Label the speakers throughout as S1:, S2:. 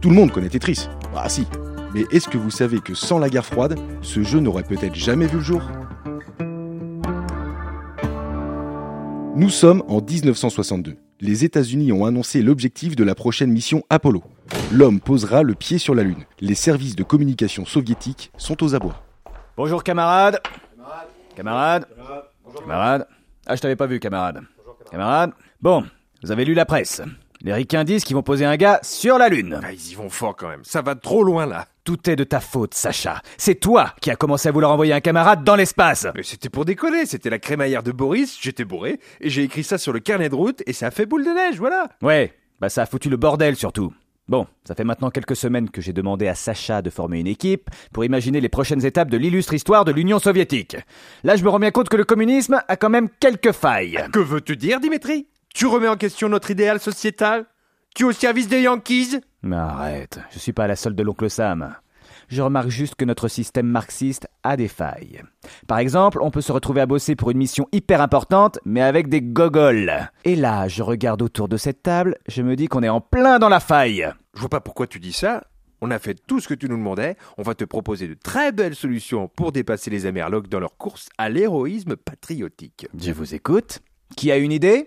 S1: Tout le monde connaît Tetris. Ah si. Mais est-ce que vous savez que sans la guerre froide, ce jeu n'aurait peut-être jamais vu le jour Nous sommes en 1962. Les États-Unis ont annoncé l'objectif de la prochaine mission Apollo. L'homme posera le pied sur la Lune. Les services de communication soviétiques sont aux abois.
S2: Bonjour camarade. Camarade. Camarade. Ah, je t'avais pas vu, camarade. Camarade. Bon, vous avez lu la presse. Les ricains disent qu'ils vont poser un gars sur la Lune.
S3: Ah, ils y vont fort quand même. Ça va trop loin là.
S2: Tout est de ta faute, Sacha. C'est toi qui as commencé à vouloir envoyer un camarade dans l'espace.
S3: Mais Euh, c'était pour décoller, c'était la crémaillère de Boris, j'étais bourré, et j'ai écrit ça sur le carnet de route, et ça a fait boule de neige, voilà
S2: Ouais, bah ça a foutu le bordel surtout. Bon, ça fait maintenant quelques semaines que j'ai demandé à Sacha de former une équipe pour imaginer les prochaines étapes de l'illustre histoire de l'Union soviétique. Là, je me rends bien compte que le communisme a quand même quelques failles.
S3: Que veux-tu dire, Dimitri Tu remets en question notre idéal sociétal Tu es au service des Yankees
S2: Mais arrête, je suis pas à la solde de l'oncle Sam. Je remarque juste que notre système marxiste a des failles. Par exemple, on peut se retrouver à bosser pour une mission hyper importante, mais avec des gogoles. Et là, je regarde autour de cette table, je me dis qu'on est en plein dans la faille.
S3: Je vois pas pourquoi tu dis ça. On a fait tout ce que tu nous demandais. On va te proposer de très belles solutions pour dépasser les Amerlocs dans leur course à l'héroïsme patriotique.
S2: Je vous écoute. Qui a une idée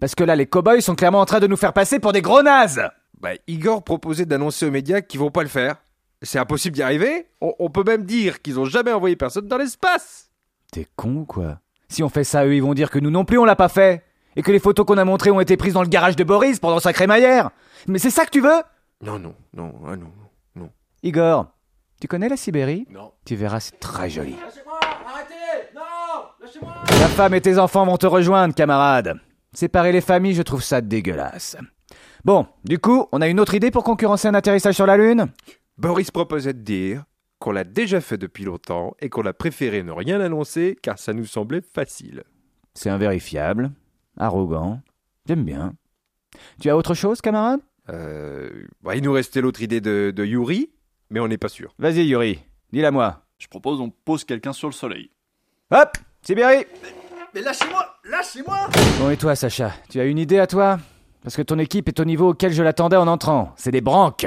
S2: Parce que là, les cow-boys sont clairement en train de nous faire passer pour des gros nazes
S3: Bah, Igor proposait d'annoncer aux médias qu'ils vont pas le faire. C'est impossible d'y arriver. On, on peut même dire qu'ils ont jamais envoyé personne dans l'espace.
S2: T'es con ou quoi Si on fait ça, eux, ils vont dire que nous non plus on l'a pas fait Et que les photos qu'on a montrées ont été prises dans le garage de Boris pendant sa crémaillère Mais c'est ça que tu veux
S3: Non, non, non, ah non, non, non.
S2: Igor, tu connais la Sibérie
S3: Non.
S2: Tu verras, c'est très joli. Ta femme et tes enfants vont te rejoindre, camarade. Séparer les familles, je trouve ça dégueulasse. Bon, du coup, on a une autre idée pour concurrencer un atterrissage sur la Lune
S3: Boris proposait de dire qu'on l'a déjà fait depuis longtemps et qu'on a préféré ne rien annoncer car ça nous semblait facile.
S2: C'est invérifiable, arrogant, j'aime bien. Tu as autre chose, camarade
S3: Euh, bah, il nous restait l'autre idée de, de Yuri, mais on n'est pas sûr.
S2: Vas-y, Yuri, dis-la moi.
S4: Je propose on pose quelqu'un sur le soleil.
S2: Hop Sibérie
S4: Mais lâchez-moi Lâchez-moi
S2: Bon, et toi, Sacha Tu as une idée à toi Parce que ton équipe est au niveau auquel je l'attendais en entrant. C'est des branques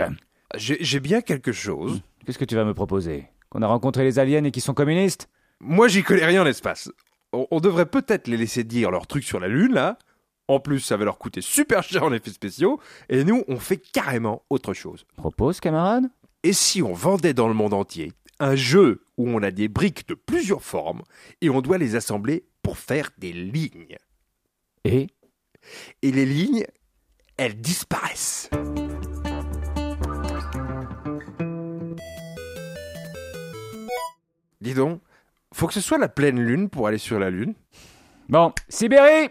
S3: J'ai j'ai bien quelque chose.
S2: Qu'est-ce que tu vas me proposer Qu'on a rencontré les aliens et qu'ils sont communistes
S3: Moi, j'y connais rien en espace. On, on devrait peut-être les laisser dire leur truc sur la Lune, là. En plus, ça va leur coûter super cher en effets spéciaux. Et nous, on fait carrément autre chose.
S2: Propose, camarade
S3: Et si on vendait dans le monde entier un jeu où on a des briques de plusieurs formes et on doit les assembler pour faire des lignes
S2: Et
S3: Et les lignes, elles disparaissent. Dis donc, faut que ce soit la pleine lune pour aller sur la lune
S2: Bon, Sibérie